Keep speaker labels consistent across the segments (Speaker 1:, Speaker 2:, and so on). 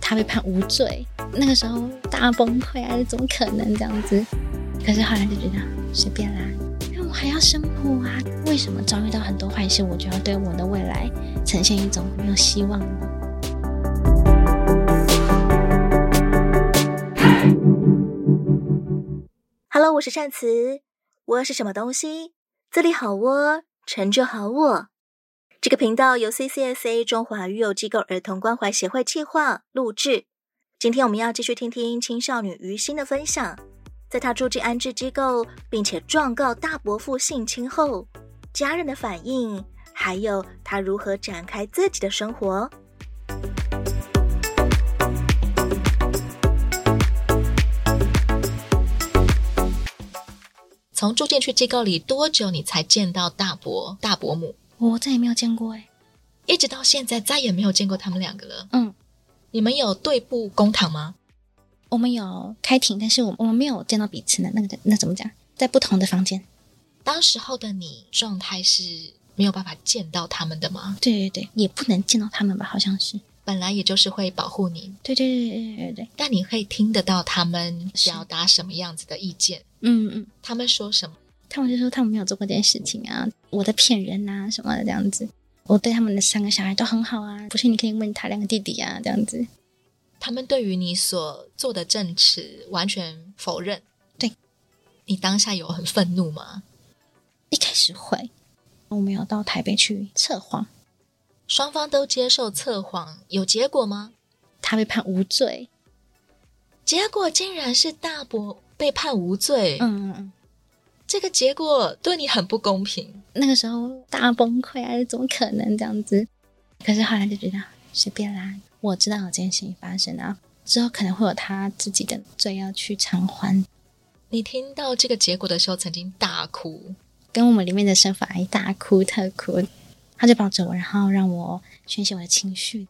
Speaker 1: 他被判无罪。那个时候大崩溃啊，怎么可能这样子？可是后来就觉得随便啦，因为我还要生活啊。为什么遭遇到很多坏事，我就要对我的未来呈现一种没有希望呢？
Speaker 2: Hello，我是善慈。我是什么东西？自立好我，成就好我。这个频道由 CCSA 中华育幼机构儿童关怀协会企划录制。今天我们要继续听听青少女于心的分享。在她住进安置机构，并且状告大伯父性侵后，家人的反应，还有她如何展开自己的生活。
Speaker 3: 从住进去机构里多久，你才见到大伯、大伯母？
Speaker 1: 我再也没有见过哎、
Speaker 3: 一直到现在再也没有见过他们两个了。
Speaker 1: 嗯，
Speaker 3: 你们有对簿公堂吗？
Speaker 1: 我们有开庭，但是我我们没有见到彼此呢。那个那怎么讲？在不同的房间。
Speaker 3: 当时候的你状态是没有办法见到他们的吗？
Speaker 1: 对对对，也不能见到他们吧？好像是。
Speaker 3: 本来也就是会保护你，
Speaker 1: 对对对对对对对。
Speaker 3: 但你可以听得到他们
Speaker 1: 是
Speaker 3: 表达什么样子的意见，
Speaker 1: 嗯嗯。
Speaker 3: 他们说什么。
Speaker 1: 他们就说他们没有做过这件事情啊，我在骗人呐、什么的这样子。我对他们的三个小孩都很好啊，不信你可以问他两个弟弟啊这样子。
Speaker 3: 他们对于你所做的证词完全否认。
Speaker 1: 对，
Speaker 3: 你当下有很愤怒吗？
Speaker 1: 一开始会，我们有到台北去测谎，
Speaker 3: 双方都接受测谎，有结果吗？
Speaker 1: 他被判无罪。
Speaker 3: 结果竟然是大伯被判无罪。
Speaker 1: 嗯嗯嗯。
Speaker 3: 这个结果对你很不公平。
Speaker 1: 那个时候大崩溃啊，怎么可能这样子？可是后来就觉得随便啦，我知道有这件事情发生啊，之后可能会有他自己的罪要去偿还，
Speaker 3: 你听到这个结果的时候，曾经大哭。
Speaker 1: 跟我们里面的生法医大哭特哭，他就抱着我，然后让我宣泄我的情绪。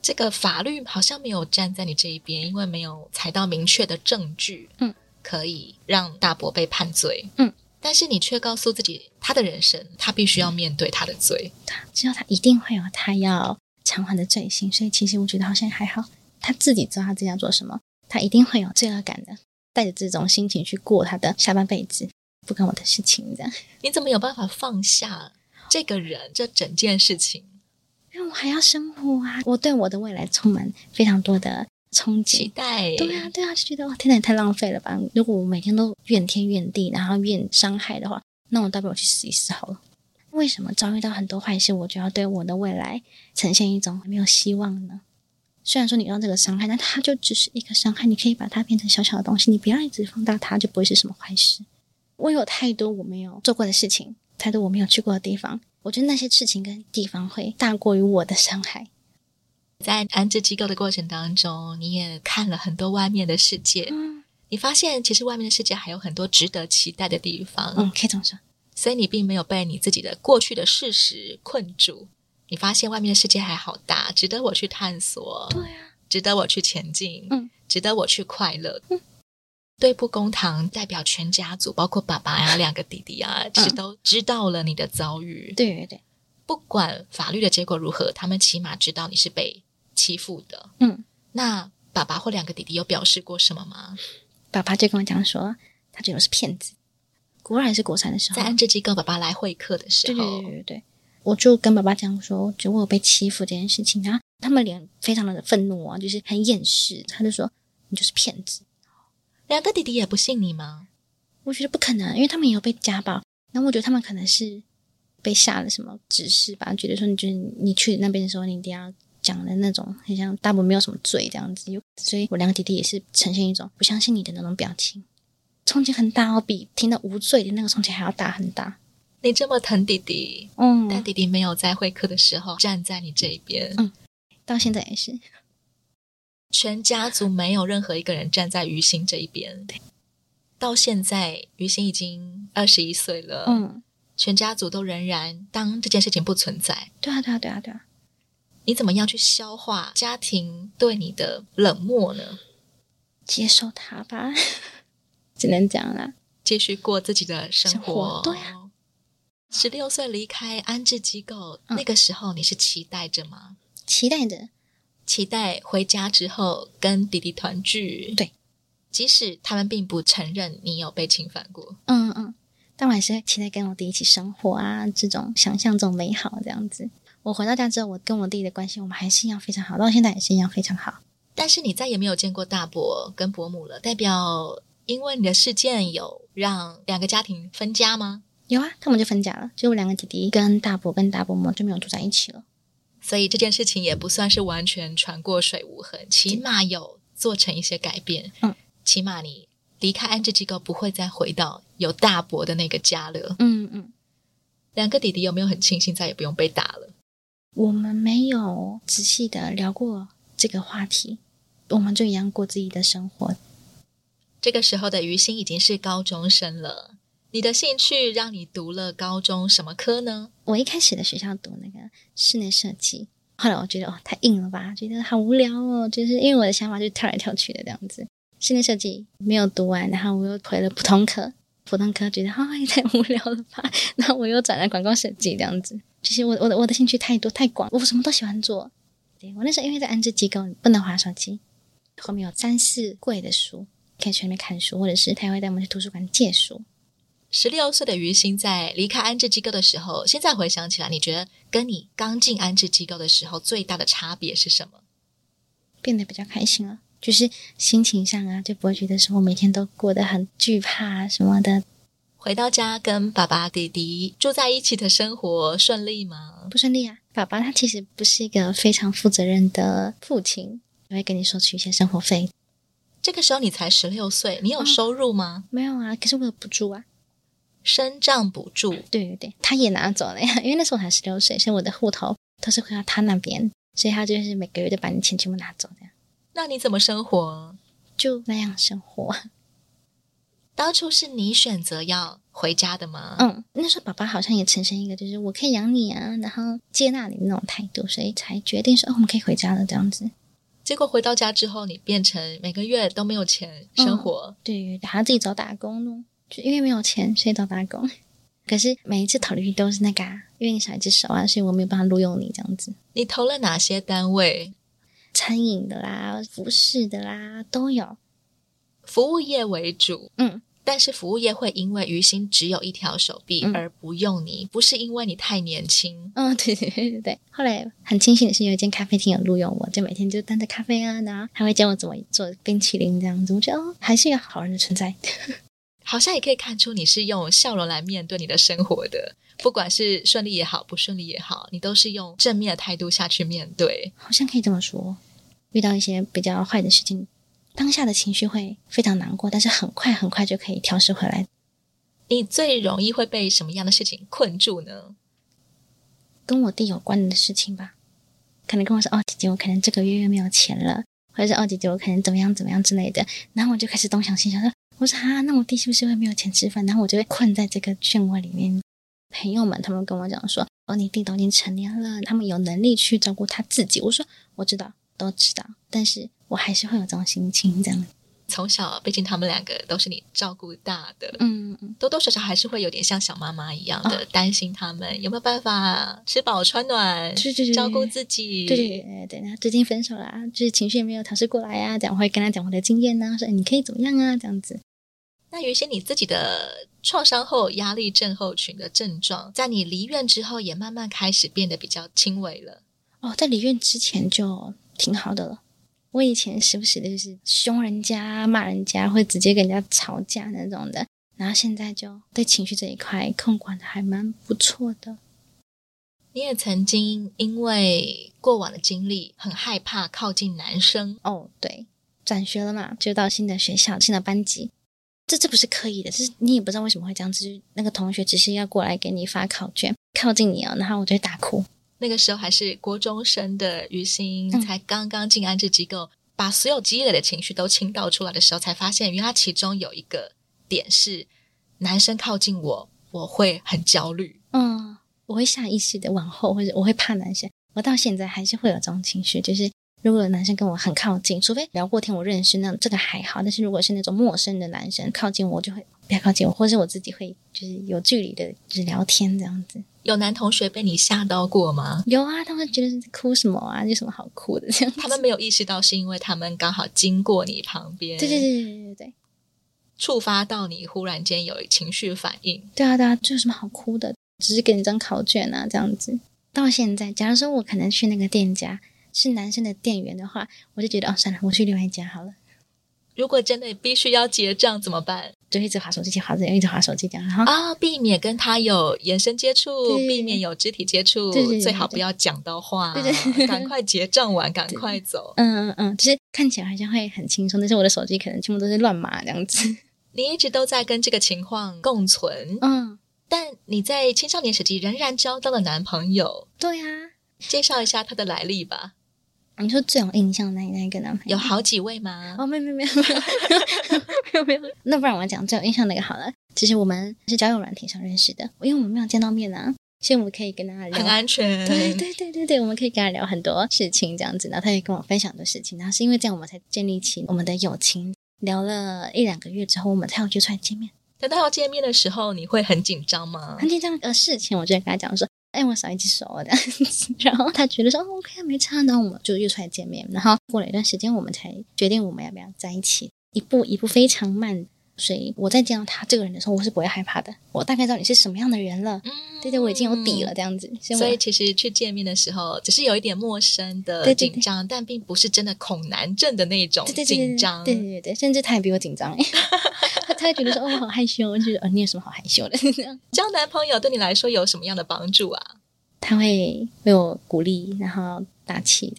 Speaker 3: 这个法律好像没有站在你这一边，因为没有采到明确的证据，
Speaker 1: 嗯，
Speaker 3: 可以让大伯被判罪，
Speaker 1: 嗯。
Speaker 3: 但是你却告诉自己，他的人生，他必须要面对他的罪。
Speaker 1: 知道他一定会有他要偿还的罪行，所以其实我觉得好像还好，他自己知道他自己要做什么，他一定会有罪恶感的，带着这种心情去过他的下半辈子，不干我的 事情这样。
Speaker 3: 你怎么有办法放下这个人，这整件事情？
Speaker 1: 因为我还要生活啊，我对我的未来充满非常多的憧
Speaker 3: 期
Speaker 1: 憬。
Speaker 3: 待，
Speaker 1: 对啊，对啊，就觉得哇，天哪，也太浪费了吧！如果我每天都怨天怨地，然后怨伤害的话，那我倒不如去死一死好了。为什么遭遇到很多坏事，我就要对我的未来呈现一种没有希望呢？虽然说你遇到这个伤害，但它就只是一个伤害，你可以把它变成小小的东西，你不要一直放大它，就不会是什么坏事。我有太多我没有做过的事情，太多我没有去过的地方，我觉得那些事情跟地方会大过于我的伤害。
Speaker 3: 在安置机构的过程当中，你也看了很多外面的世界，
Speaker 1: 嗯
Speaker 3: 你发现其实外面的世界还有很多值得期待的地方。
Speaker 1: 嗯，可以这么说。
Speaker 3: 所以你并没有被你自己的过去的事实困住。你发现外面的世界还好大，值得我去探索，
Speaker 1: 对啊，
Speaker 3: 值得我去前进，
Speaker 1: 嗯，
Speaker 3: 值得我去快乐。对簿公堂代表全家族，包括爸爸呀、两个弟弟啊，其实都知道了你的遭遇。
Speaker 1: 嗯对对对，
Speaker 3: 不管法律的结果如何，他们起码知道你是被欺负的。
Speaker 1: 嗯，
Speaker 3: 那爸爸或两个弟弟有表示过什么吗？
Speaker 1: 爸爸就跟我讲说，他觉得我是骗子。国二还是国三的时候
Speaker 3: 在，安置机构，爸爸来会客的时
Speaker 1: 对对
Speaker 3: 候，
Speaker 1: 对对对，我就跟爸爸讲说，我觉得我有被欺负这件事情，然后他们脸非常的愤怒啊，就是很厌世，他就说你就是骗子。
Speaker 3: 两个弟弟也不信你吗？
Speaker 1: 我觉得不可能，因为他们也有被家暴，然后我觉得他们可能是被下了什么指示吧，觉得说你就是你去那边的时候，你一定要讲的那种，很像大伯没有什么罪这样子，有所以我两个弟弟也是呈现一种不相信你的那种表情，冲击很大哦，比听到无罪的那个冲击还要大很大。
Speaker 3: 你这么疼弟弟，但
Speaker 1: 嗯，
Speaker 3: 弟弟没有在会客的时候站在你这一边，
Speaker 1: 嗯到现在也是，
Speaker 3: 全家族没有任何一个人站在于心这一边。到现在，于心已经二十一岁了，
Speaker 1: 嗯，
Speaker 3: 全家族都仍然当这件事情不存在。
Speaker 1: 对啊，对啊，对啊，对啊。
Speaker 3: 你怎么样去消化家庭对你的冷漠呢？
Speaker 1: 接受它吧， 只能这样啦。
Speaker 3: 继续过自己的生
Speaker 1: 生活对
Speaker 3: 啊。十六岁离开安置机构，
Speaker 1: 嗯
Speaker 3: 那个时候你是期待着吗？
Speaker 1: 期待着，
Speaker 3: 期待回家之后跟弟弟团聚。
Speaker 1: 对，
Speaker 3: 即使他们并不承认你有被侵犯过，
Speaker 1: 嗯嗯，但我还是会期待跟我弟一起生活啊，这种想象中美好这样子。我回到家之后，我跟我弟的关系，我们还是一样非常好，到现在也是一样非常好。
Speaker 3: 但是你再也没有见过大伯跟伯母了，代表因为你的事件有让两个家庭分家吗？
Speaker 1: 有啊，他们就分家了，就我两个弟弟跟大伯跟大伯母就没有住在一起了。
Speaker 3: 所以这件事情也不算是完全船过水无痕，起码有做成一些改变。
Speaker 1: 嗯，
Speaker 3: 起码你离开安置机构不会再回到有大伯的那个家了。
Speaker 1: 嗯嗯，
Speaker 3: 两个弟弟有没有很庆幸再也不用被打了？
Speaker 1: 我们没有仔细的聊过这个话题，我们就一样过自己的生活。
Speaker 3: 这个时候的于心已经是高中生了，你的兴趣让你读了高中什么科呢？
Speaker 1: 我一开始的学校读那个室内设计，后来我觉得哦太硬了吧，觉得好无聊哦，就是因为我的想法就跳来跳去的这样子。室内设计没有读完，然后我又回了普通科，普通科觉得啊、也太无聊了吧， 然后我又转了广告设计这样子。就是我我的我的兴趣太多太广，我什么都喜欢做。对我那时候因为在安置机构不能划手机，后面有三四柜的书可以去那边看书，或者是他也会带我们去图书馆借书。
Speaker 3: 十六岁的于心在离开安置机构的时候，现在回想起来，你觉得跟你刚进安置机构的时候最大的差别是什么？
Speaker 1: 变得比较开心了，就是心情上啊，就不会觉得说我每天都过得很惧怕啊什么的。
Speaker 3: 回到家跟爸爸、弟弟住在一起的生活顺利吗？
Speaker 1: 不顺利啊，爸爸他其实不是一个非常负责任的父亲，也会跟你索取一些生活费。
Speaker 3: 这个时候你才十六岁，
Speaker 1: 嗯
Speaker 3: 你有收入吗？
Speaker 1: 没有啊，可是我有补助啊。
Speaker 3: 生障补助
Speaker 1: 对对对，他也拿走了呀，因为那时候我才十六岁，所以我的户头都是回到他那边，所以他就是每个月就把你钱全部拿走，这样
Speaker 3: 那你怎么生活？
Speaker 1: 就那样生活。
Speaker 3: 当初是你选择要回家的吗？
Speaker 1: 嗯，那时候爸爸好像也呈现一个就是我可以养你啊，然后接纳你的那种态度，所以才决定说哦，我们可以回家了这样子。
Speaker 3: 结果回到家之后，你变成每个月都没有钱生
Speaker 1: 嗯
Speaker 3: 活，
Speaker 1: 对，还要自己找打工咯，就因为没有钱，所以找打工。可是每一次投递都是那个、啊，因为你少一只手啊，所以我没有办法录用你这样子。
Speaker 3: 你投了哪些单位？
Speaker 1: 餐饮的啦，服饰的啦，都有。
Speaker 3: 服务业为主，
Speaker 1: 嗯，
Speaker 3: 但是服务业会因为于心只有一条手臂
Speaker 1: 嗯
Speaker 3: 而不用你，不是因为你太年轻。
Speaker 1: 嗯， 对对对对对。后来很庆幸的是，有一间咖啡厅有录用我，就每天就端着咖啡啊，然后还会教我怎么做冰淇淋这样子。我觉得哦，还是一个好人的存在。
Speaker 3: 好像也可以看出你是用笑容来面对你的生活的，不管是顺利也好，不顺利也好，你都是用正面的态度下去面对。
Speaker 1: 好像可以这么说。遇到一些比较坏的事情，当下的情绪会非常难过，但是很快很快就可以调试回来。
Speaker 3: 你最容易会被什么样的事情困住呢？
Speaker 1: 跟我弟有关的事情吧，可能跟我说哦，姐姐，我可能这个月又没有钱了，或者是哦，姐姐，我可能怎么样怎么样之类的，然后我就开始东想西想说，我说啊，那我弟是不是会没有钱吃饭？然后我就会困在这个漩涡里面。朋友们他们跟我讲说，哦，你弟都已经成年了，他们有能力去照顾他自己。我说我知道，都知道，但是我还是会有这种心情，这样。
Speaker 3: 从小，毕竟他们两个都是你照顾大的，
Speaker 1: 嗯嗯嗯，
Speaker 3: 多多少少还是会有点像小妈妈一样的、
Speaker 1: 哦
Speaker 3: 担心他们有没有办法吃饱穿暖，
Speaker 1: 对对对，
Speaker 3: 照顾自己。
Speaker 1: 对对对对，然后最近分手啦、啊就是情绪也没有调试过来呀、啊，这样我会跟他讲我的经验呐、说哎你可以怎么样啊，这样子。
Speaker 3: 那原先你自己的创伤后压力症候群的症状，在你离院之后也慢慢开始变得比较轻微了。
Speaker 1: 哦，在离院之前就挺好的了。我以前时不时的就是凶人家、骂人家，或者直接跟人家吵架那种的，然后现在就对情绪这一块控管的还蛮不错的。
Speaker 3: 你也曾经因为过往的经历很害怕靠近男生，
Speaker 1: 哦，对，转学了嘛，就到新的学校、新的班级。这这不是刻意的，这是你也不知道为什么会这样子。就是那个同学只是要过来给你发考卷，靠近你哦，然后我就会大哭。
Speaker 3: 那个时候还是国中生的于心，
Speaker 1: 嗯
Speaker 3: 才刚刚进安置机构，把所有积累的情绪都倾倒出来的时候，才发现原来其中有一个点是男生靠近我，我会很焦虑。
Speaker 1: 嗯，我会下意识的往后，或者我会怕男生。我到现在还是会有这种情绪，就是如果有男生跟我很靠近，除非聊过天我认识，那这个还好。但是如果是那种陌生的男生靠近我，我就会不要靠近我，或是我自己会就是有距离的，就是聊天这样子。
Speaker 3: 有男同学被你吓到过吗？
Speaker 1: 有啊，他们觉得是哭什么啊，有什么好哭的这样子。
Speaker 3: 他们没有意识到，是因为他们刚好经过你旁边，
Speaker 1: 对对，对对对对对
Speaker 3: 触发到你忽然间有情绪反应。
Speaker 1: 对啊对啊，这有什么好哭的？只是给你张考卷啊，这样子。到现在，假如说我可能去那个店家是男生的店员的话，我就觉得哦算了，我去另外一家好了，
Speaker 3: 如果真的必须要结账怎么办
Speaker 1: 就一直划手机，一直划手机，一直划手机这样。然后、
Speaker 3: 啊？避免跟他有眼神接触，
Speaker 1: 对
Speaker 3: 避免有肢体接触
Speaker 1: 对对对，对
Speaker 3: 最好不要讲到话
Speaker 1: 对对，
Speaker 3: 赶快结账完，赶快走。
Speaker 1: 嗯嗯嗯，就是看起来好像会很轻松，但是我的手机可能全部都是乱码这样子。
Speaker 3: 你一直都在跟这个情况共存，
Speaker 1: 嗯，
Speaker 3: 但你在青少年时期仍然交到了男朋友。
Speaker 1: 对啊。
Speaker 3: 介绍一下他的来历吧，
Speaker 1: 你说最有印象的那那一个男朋友
Speaker 3: 有好几位吗？
Speaker 1: 哦，没有没有没有没有没有没有。那不然我讲最有印象那个好了。其实我们是交友软体上认识的，因为我们没有见到面啊，所以我们可以跟他
Speaker 3: 很
Speaker 1: 聊。
Speaker 3: 安全，
Speaker 1: 嗯对对对对对，我们可以跟他聊很多事情这样子，然后他也跟我分享很多事情，然后是因为这样我们才建立起我们的友情。聊了一两个月之后，我们才有约出来见面。
Speaker 3: 等到要见面的时候，你会很紧张吗
Speaker 1: 很？紧张的事情，我就跟他讲说：“哎、我少一只手啊这样子。”然后他觉得说、哦、：“OK，没差。”然后我们就约出来见面。然后过了一段时间，我们才决定我们要不要在一起，一步一步非常慢。所以我在见到他这个人的时候，我是不会害怕的。我大概知道你是什么样的人了，
Speaker 3: 嗯
Speaker 1: 对对，我已经有底了，。这样子。所以我
Speaker 3: 所以其实去见面的时候，只是有一点陌生的
Speaker 1: 对对对
Speaker 3: 紧张，但并不是真的恐男症的那种
Speaker 1: 对对对对
Speaker 3: 紧张。
Speaker 1: 对对对对，甚至他也比我紧张、欸， 他他会觉得说：“哦，我好害羞。”我就觉得：“哦，你有什么好害羞的？”这样
Speaker 3: 交男朋友对你来说有什么样的帮助啊？
Speaker 1: 他会为我鼓励，然后打气。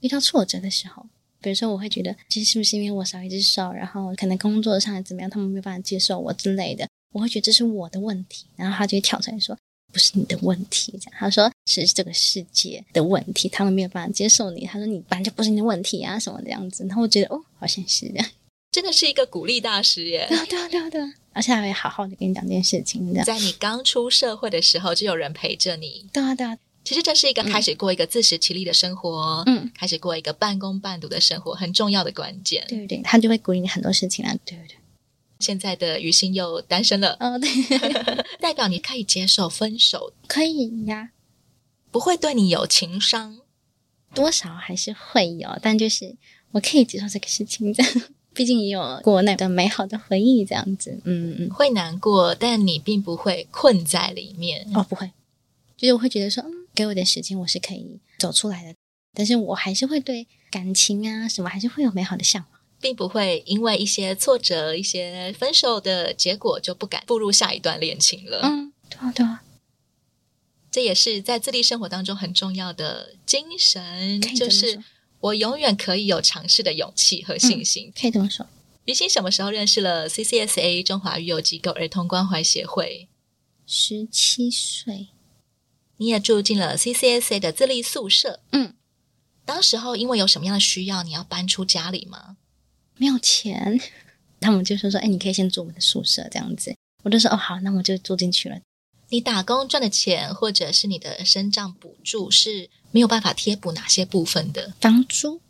Speaker 1: 遇到挫折的时候，比如说我会觉得，其实是不是因为我少一只手，然后可能工作上怎么样，他们没有办法接受我之类的，我会觉得这是我的问题，然后他就会跳出来说。不是你的问题，这样他说是这个世界的问题，他们没有办法接受你。他说你本来就不是你的问题啊，什么这样子。然后我觉得哦，好像是这样。
Speaker 3: 真的是一个鼓励大师耶
Speaker 1: 对！啊，对啊，对啊，对啊。而且还会好好的 跟你讲这件事情，这样。
Speaker 3: 在你刚出社会的时候，就有人陪着你。
Speaker 1: 对啊，对啊，
Speaker 3: 其实这是一个开始过一个自食其力的生活，
Speaker 1: 嗯，
Speaker 3: 开始过一个半工半读的生活，很重要的关键。
Speaker 1: 对对对，嗯他就会鼓励你很多事情啊，对对对。
Speaker 3: 现在的雨欣又单身了，
Speaker 1: 哦，对，
Speaker 3: 代表你可以接受分手，
Speaker 1: 可以呀、
Speaker 3: 不会对你有情伤。
Speaker 1: 多少还是会有，但就是我可以接受这个事情，这样， 毕竟也有过那段美好的回忆，这样子，嗯嗯，
Speaker 3: 会难过，但你并不会困在里面。
Speaker 1: 哦，不会，就是我会觉得说，嗯，给我点时间，我是可以走出来的，但是我还是会对感情啊什么，还是会有美好的向往，
Speaker 3: 并不会因为一些挫折、一些分手的结果就不敢步入下一段恋情了。
Speaker 1: 嗯，对啊对啊，
Speaker 3: 这也是在自立生活当中很重要的精神，
Speaker 1: 可以这
Speaker 3: 就
Speaker 1: 么说嗯
Speaker 3: 是我永远可以有尝试的勇气和信心。
Speaker 1: 可以这么说，
Speaker 3: 于心什么时候认识了 CCSA 中华育幼机构儿童关怀协会？
Speaker 1: 十七岁，
Speaker 3: 你也住进了 CCSA 的自立宿舍。
Speaker 1: 嗯，
Speaker 3: 当时候因为有什么样的需要，你要搬出家里吗？
Speaker 1: 没有钱， 他们就说说，哎，你可以先住我们的宿舍这样子，我就说，哦，好，那我就住进去了。
Speaker 3: 你打工赚的钱，或者是你的身障补助是没有办法贴补哪些部分的？
Speaker 1: 房租，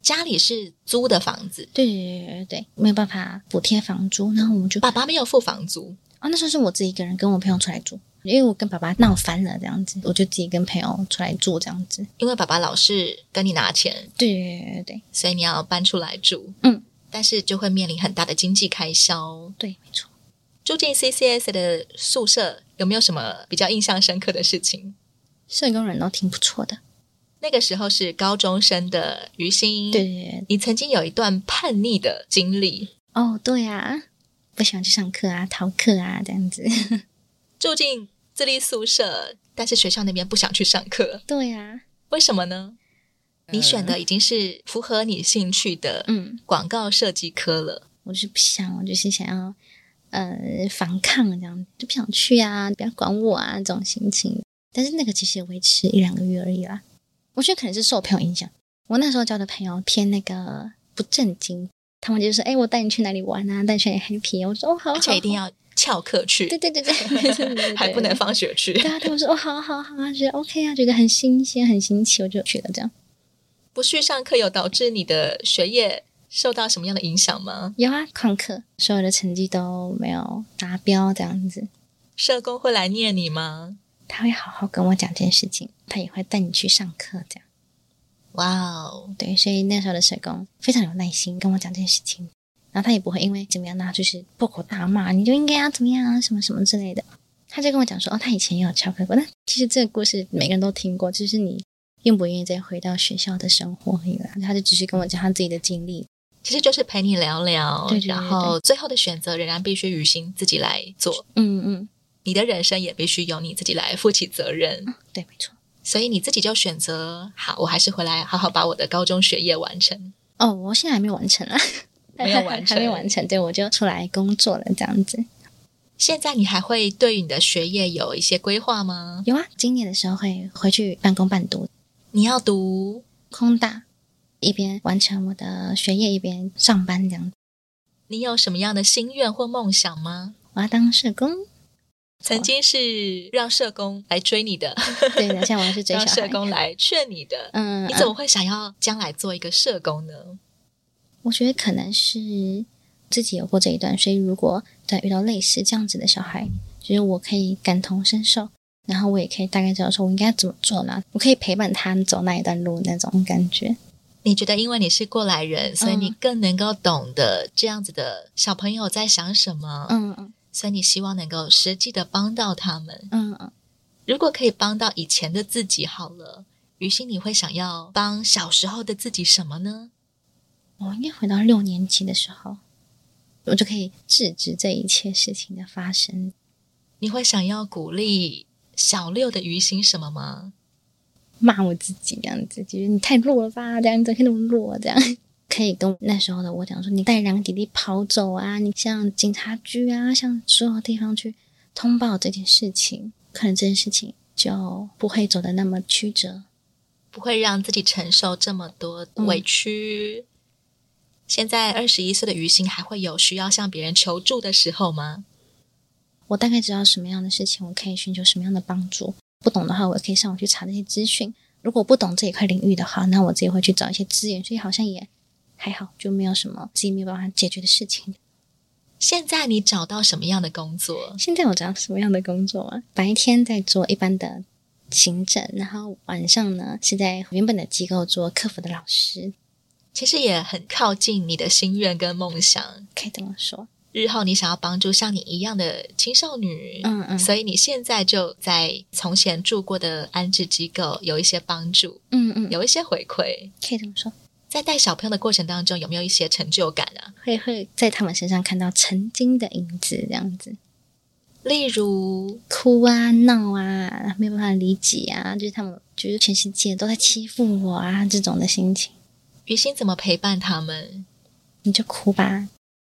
Speaker 3: 家里是租的房子，
Speaker 1: 对对对对对，没有办法补贴房租，然后我们就
Speaker 3: 爸爸没有付房租，
Speaker 1: 啊，那时候是我自己一个人跟我朋友出来住，因为我跟爸爸闹翻了这样子，我就自己跟朋友出来住这样子。
Speaker 3: 因为爸爸老是跟你拿钱，
Speaker 1: 对对对对
Speaker 3: 所以你要搬出来住。
Speaker 1: 嗯，
Speaker 3: 但是就会面临很大的经济开销。
Speaker 1: 对，没错。
Speaker 3: 住进 CCS 的宿舍，有没有什么比较印象深刻的事情？
Speaker 1: 社工人都挺不错的。
Speaker 3: 那个时候是高中生的于心，
Speaker 1: 对，对对，
Speaker 3: 你曾经有一段叛逆的经历。
Speaker 1: 哦对呀、啊，不喜欢去上课啊，逃课啊这样子。
Speaker 3: 住进自立宿舍，但是学校那边不想去上课，
Speaker 1: 对啊呀、
Speaker 3: 为什么呢？你选的已经是符合你兴趣的
Speaker 1: 呃嗯，
Speaker 3: 广告设计科了，
Speaker 1: 我就是不想，我就是想要呃反抗这样，就不想去啊，不要管我啊这种心情。但是那个其实也维持一两个月而已啦。我觉得可能是受朋友影响，我那时候交的朋友偏那个不正经，他们就说：“哎、我带你去哪里玩啊，带你去哪里 happy。”我说：“哦，好好。”
Speaker 3: 而且一定。要翘课去，
Speaker 1: 对对对对对对对对，
Speaker 3: 还不能。放学去
Speaker 1: 对，啊，他们说：“哦，好好好啊，觉得 OK 啊，觉得很新鲜，很新奇，我就去了这样。
Speaker 3: 不去上课有导致你的学业受到什么样的影响吗？
Speaker 1: 有啊，旷课，所有的成绩都没有达标，这样子，
Speaker 3: 社工会来念你吗？
Speaker 1: 他会好好跟我讲这件事情，他也会带你去上课，这样。
Speaker 3: 哇哦，
Speaker 1: 对，所以那时候的社工非常有耐心跟我讲这件事情，然后他也不会因为怎么样，然后就是破口大骂，你就应该要怎么样啊，什么什么之类的。他就跟我讲说，哦，他以前也有翘课过，但其实这个故事每个人都听过，就是你愿不愿意再回到学校的生活里来。他就只是跟我讲他自己的经历，
Speaker 3: 其实就是陪你聊聊，
Speaker 1: 对对对
Speaker 3: 然后最后的选择仍然必须于心自己来做，
Speaker 1: 嗯嗯，
Speaker 3: 你的人生也必须由你自己来负起责任。
Speaker 1: 对，没错。
Speaker 3: 所以你自己就选择，好，我还是回来好好把我的高中学业完成。
Speaker 1: 哦，我现在还没完 成啊，
Speaker 3: 没有完成
Speaker 1: 还没完成，对我就出来工作了，这样子。
Speaker 3: 现在你还会对于你的学业有一些规划吗？
Speaker 1: 有啊，今年的时候会回去半工半读，
Speaker 3: 你要读，
Speaker 1: 空大，一边完成我的学业，一边上班这样子。
Speaker 3: 你有什么样的心愿或梦想吗？
Speaker 1: 我要当社 工，
Speaker 3: 曾经是让社工来追你的，
Speaker 1: 对的，像我是追
Speaker 3: 让
Speaker 1: 小
Speaker 3: 社
Speaker 1: 孩。
Speaker 3: 工来劝你的。
Speaker 1: 嗯，
Speaker 3: 你怎么会想要将来做一个社工呢？
Speaker 1: 我觉得可能是自己有过这一段，所以如果再遇到类似这样子的小孩，就是我可以感同身受，然后我也可以大概知道说我应该怎么做呢？我可以陪伴他走那一段路那种感觉。
Speaker 3: 你觉得因为你是过来人，所以你
Speaker 1: 嗯
Speaker 3: 更能够懂得这样子的小朋友在想什么，
Speaker 1: 嗯嗯
Speaker 3: 所以你希望能够实际的帮到他们。
Speaker 1: 嗯嗯，
Speaker 3: 如果可以帮到以前的自己，好了，于心你会想要帮小时候的自己什么呢？
Speaker 1: 我应该回到六年级的时候，我就可以制止这一切事情的发生。
Speaker 3: 你会想要鼓励小六的于心什么吗？
Speaker 1: 骂我自己这样子，就是你太弱了吧，这样你怎么可以那么弱？这样 可以跟我那时候的我讲说，你带两个弟弟跑走啊，你向警察局啊，向所有地方去通报这件事情，可能这件事情就不会走的那么曲折。
Speaker 3: 不会让自己承受这么多
Speaker 1: 嗯
Speaker 3: 委屈。现在二十一岁的于心还会有需要向别人求助的时候吗？
Speaker 1: 我大概知道什么样的事情，我可以寻求什么样的帮助。不懂的话，我也可以上网去查这些资讯。如果不懂这一块领域的话，那我自己会去找一些资源，所以好像也还好，就没有什么自己没有办法解决的事情。
Speaker 3: 现在你找到什么样的工作？
Speaker 1: 现在我找什么样的工作啊？白天在做一般的行政，然后晚上呢是在原本的机构做客服的老师，
Speaker 3: 其实也很靠近你的心愿跟梦想。
Speaker 1: 可以这么说。
Speaker 3: 日后你想要帮助像你一样的青少女，
Speaker 1: 嗯嗯
Speaker 3: 所以你现在就在从前住过的安置机构有一些帮助，
Speaker 1: 嗯嗯，
Speaker 3: 有一些回馈。
Speaker 1: 可以这么说，
Speaker 3: 在带小朋友的过程当中，有没有一些成就感啊？
Speaker 1: 会会在他们身上看到曾经的影子，这样子
Speaker 3: 例如，
Speaker 1: 哭啊闹啊，没有办法理解啊，就是他们就是全世界都在欺负我啊这种的心情，
Speaker 3: 于心怎么陪伴他们？
Speaker 1: 你就哭吧。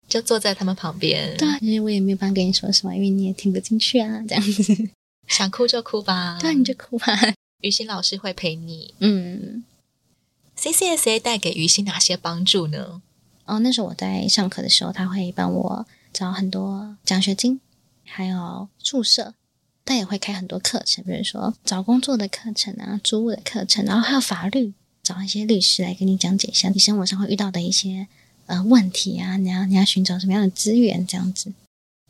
Speaker 3: 就坐在他们旁边，
Speaker 1: 对啊，就是我也没有办法跟你说什么，因为你也听不进去啊，这样子。
Speaker 3: 想哭就哭吧。
Speaker 1: 对啊，你就哭吧。
Speaker 3: 于心老师会陪你。
Speaker 1: 嗯。
Speaker 3: CCSA 带给于心哪些帮助呢？
Speaker 1: 哦，那时候我在上课的时候，他会帮我找很多奖学金，还有宿舍，但也会开很多课程，比如说找工作的课程啊、租屋的课程，然后还有法律，找一些律师来给你讲解一下你生活上会遇到的一些呃问题啊，你要你要寻找什么样的资源这样子。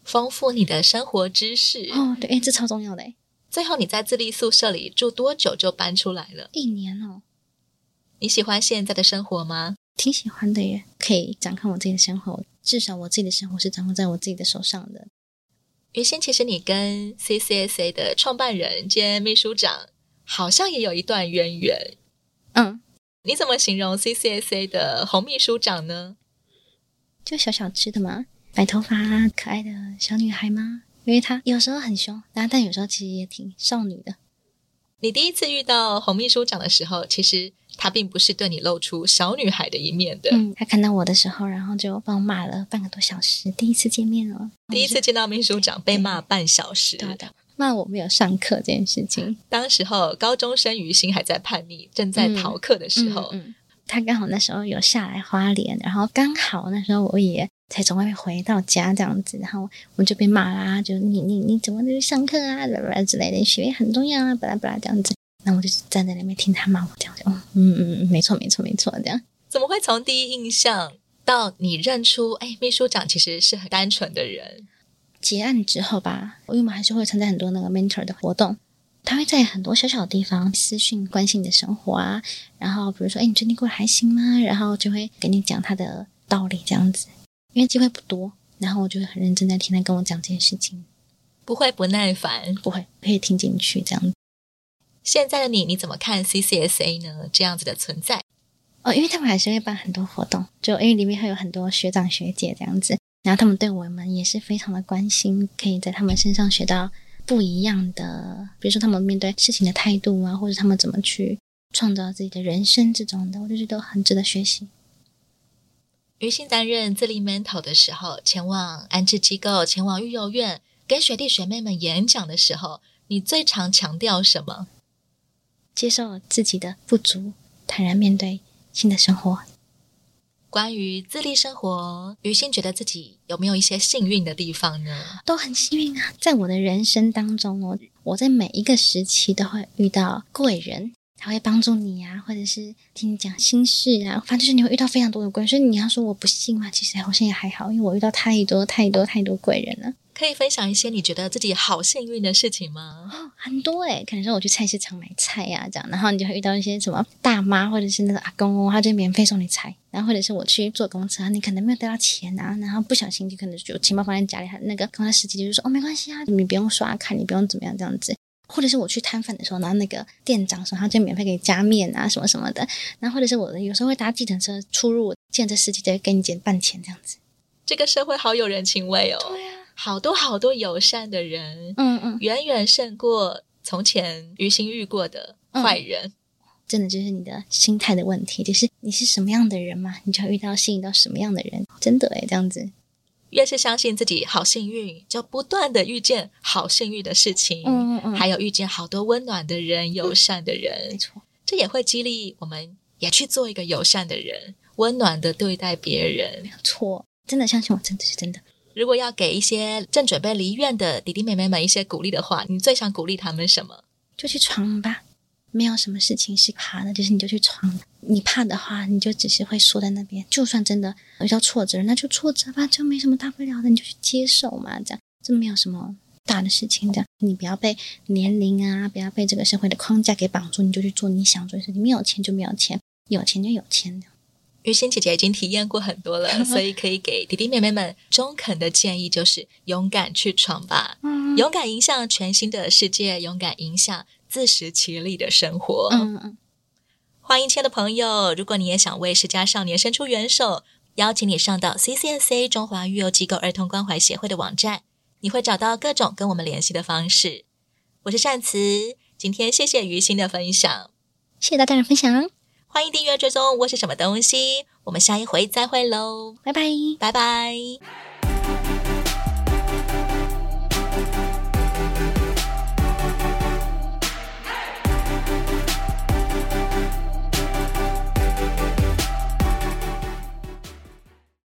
Speaker 3: 丰富你的生活知识。
Speaker 1: 哦，对，诶，这超重要的诶，
Speaker 3: 最后，你在自立宿舍里住多久就搬出来了？
Speaker 1: 一年哦，
Speaker 3: 你喜欢现在的生活吗？
Speaker 1: 挺喜欢的耶，可以掌控我自己的生活，至少我自己的生活是掌控在我自己的手上的。
Speaker 3: 于心，其实你跟 CCSA 的创办人兼秘书长好像也有一段渊源。
Speaker 1: 嗯，
Speaker 3: 你怎么形容 CCSA 的红秘书长呢？
Speaker 1: 就小小只的嘛，白头发可爱的小女孩吗？因为她有时候很凶，然后但有时候其实也挺少女的。
Speaker 3: 你第一次遇到红秘书长的时候，其实他并不是对你露出小女孩的一面的。
Speaker 1: 嗯，她看到我的时候，然后就帮我骂了半个多小时。第一次见面哦，
Speaker 3: 第一次见到秘书长被骂半小时，
Speaker 1: 对的骂我没有上课这件事情。
Speaker 3: 当时候高中生于心还在叛逆，正在逃课的时候，
Speaker 1: 嗯嗯她刚好那时候有下来花莲，然后刚好那时候我也才从外面回到家这样子，然后我就被骂啦，就你你你怎么就去上课啊，巴拉巴拉之类的，学业很重要啊，巴拉巴拉这样子。那我就站在那边听她骂我，这样就，哦嗯嗯嗯，没错没错没错，这样。
Speaker 3: 怎么会从第一印象到你认出，哎，秘书长其实是很单纯的人，
Speaker 1: 结案之后吧，因为我们还是会参加很多那个 mentor 的活动，他会在很多小小的地方私讯关心你的生活啊，然后比如说，哎，你最近过得还行吗？然后就会给你讲他的道理这样子，因为机会不多，然后我就会很认真在听他跟我讲这件事情，
Speaker 3: 不会不耐烦。
Speaker 1: 不会可以听进去这样子。
Speaker 3: 现在的你，你怎么看 CCSA 呢？这样子的存在，
Speaker 1: 哦，因为他们还是会办很多活动，就因为里面会有很多学长学姐这样子，然后他们对我们也是非常的关心，可以在他们身上学到不一样的，比如说他们面对事情的态度啊，或者他们怎么去创造自己的人生这种的，我就觉得都很值得学习。
Speaker 3: 于心担任自立 mentor 的时候，前往安置机构、前往育幼院跟学弟学妹们演讲的时候，你最常强调什么？
Speaker 1: 接受自己的不足，坦然面对新的生活。
Speaker 3: 关于自立生活，于心觉得自己有没有一些幸运的地方呢？
Speaker 1: 都很幸运啊！在我的人生当中哦，我在每一个时期都会遇到贵人，他会帮助你啊，或者是听你讲心事啊，反正就是你会遇到非常多的贵人。所以你要说我不幸嘛，其实好像也还好，因为我遇到太多太多太多贵人了，
Speaker 3: 可以分享一些你觉得自己好幸运的事情吗？
Speaker 1: 哦，很多诶、可能说我去菜市场买菜呀、这样，然后你就会遇到一些什么大妈或者是那个阿公哦，他就免费送你菜。然后或者是我去坐公车，你可能没有带到钱啊，然后不小心就可能就钱包放在家里，他那个刚才司机就说哦没关系啊，你不用刷卡，你不用怎么样这样子。或者是我去摊贩的时候，然后那个店长说他就免费给你加面啊什么什么的，然后或者是我有时候会搭计程车出入，计程车司机就会给你减半钱这样子。
Speaker 3: 这个社会好有人情味哦，对啊，好多好多友善的人，
Speaker 1: 嗯嗯，
Speaker 3: 远远胜过从前于心遇过的坏人。
Speaker 1: 真的就是你的心态的问题，就是你是什么样的人嘛，你就会遇到吸引到什么样的人。真的诶，这样子，
Speaker 3: 越是相信自己好幸运，就不断的遇见好幸运的事情，
Speaker 1: 嗯嗯嗯
Speaker 3: 还有遇见好多温暖的人、友善的人，
Speaker 1: 没错，
Speaker 3: 这也会激励我们也去做一个友善的人，温暖的对待别人
Speaker 1: 没。有错，真的相信我，真的是真的。
Speaker 3: 如果要给一些正准备离院的弟弟妹妹们一些鼓励的话，你最想鼓励他们什么？
Speaker 1: 就去闯吧，没有什么事情是怕的，就是你就去闯。你怕的话，你就只是会缩在那边。就算真的遇到挫折，那就挫折吧，就没什么大不了的，你就去接受嘛，这样这没有什么大的事情。这样你不要被年龄啊，不要被这个社会的框架给绑住，你就去做你想做的事情。没有钱就没有钱，有钱就有钱。
Speaker 3: 于心姐姐已经体验过很多了，所以可以给弟弟妹妹们中肯的建议，就是勇敢去闯吧，
Speaker 1: 嗯
Speaker 3: 勇敢迎向全新的世界，勇敢迎向自食其力的生活。
Speaker 1: 嗯嗯，
Speaker 3: 欢迎亲爱的朋友，如果你也想为十佳少年伸出援手，邀请你上到 CCSA 中华育幼机构儿童关怀协会的网站，你会找到各种跟我们联系的方式。我是善慈，今天谢谢于心的分享，
Speaker 1: 谢谢大家的分享，
Speaker 3: 欢迎订阅追踪我是什么东西，我们下一回再会喽，
Speaker 1: 拜拜。
Speaker 3: 拜拜。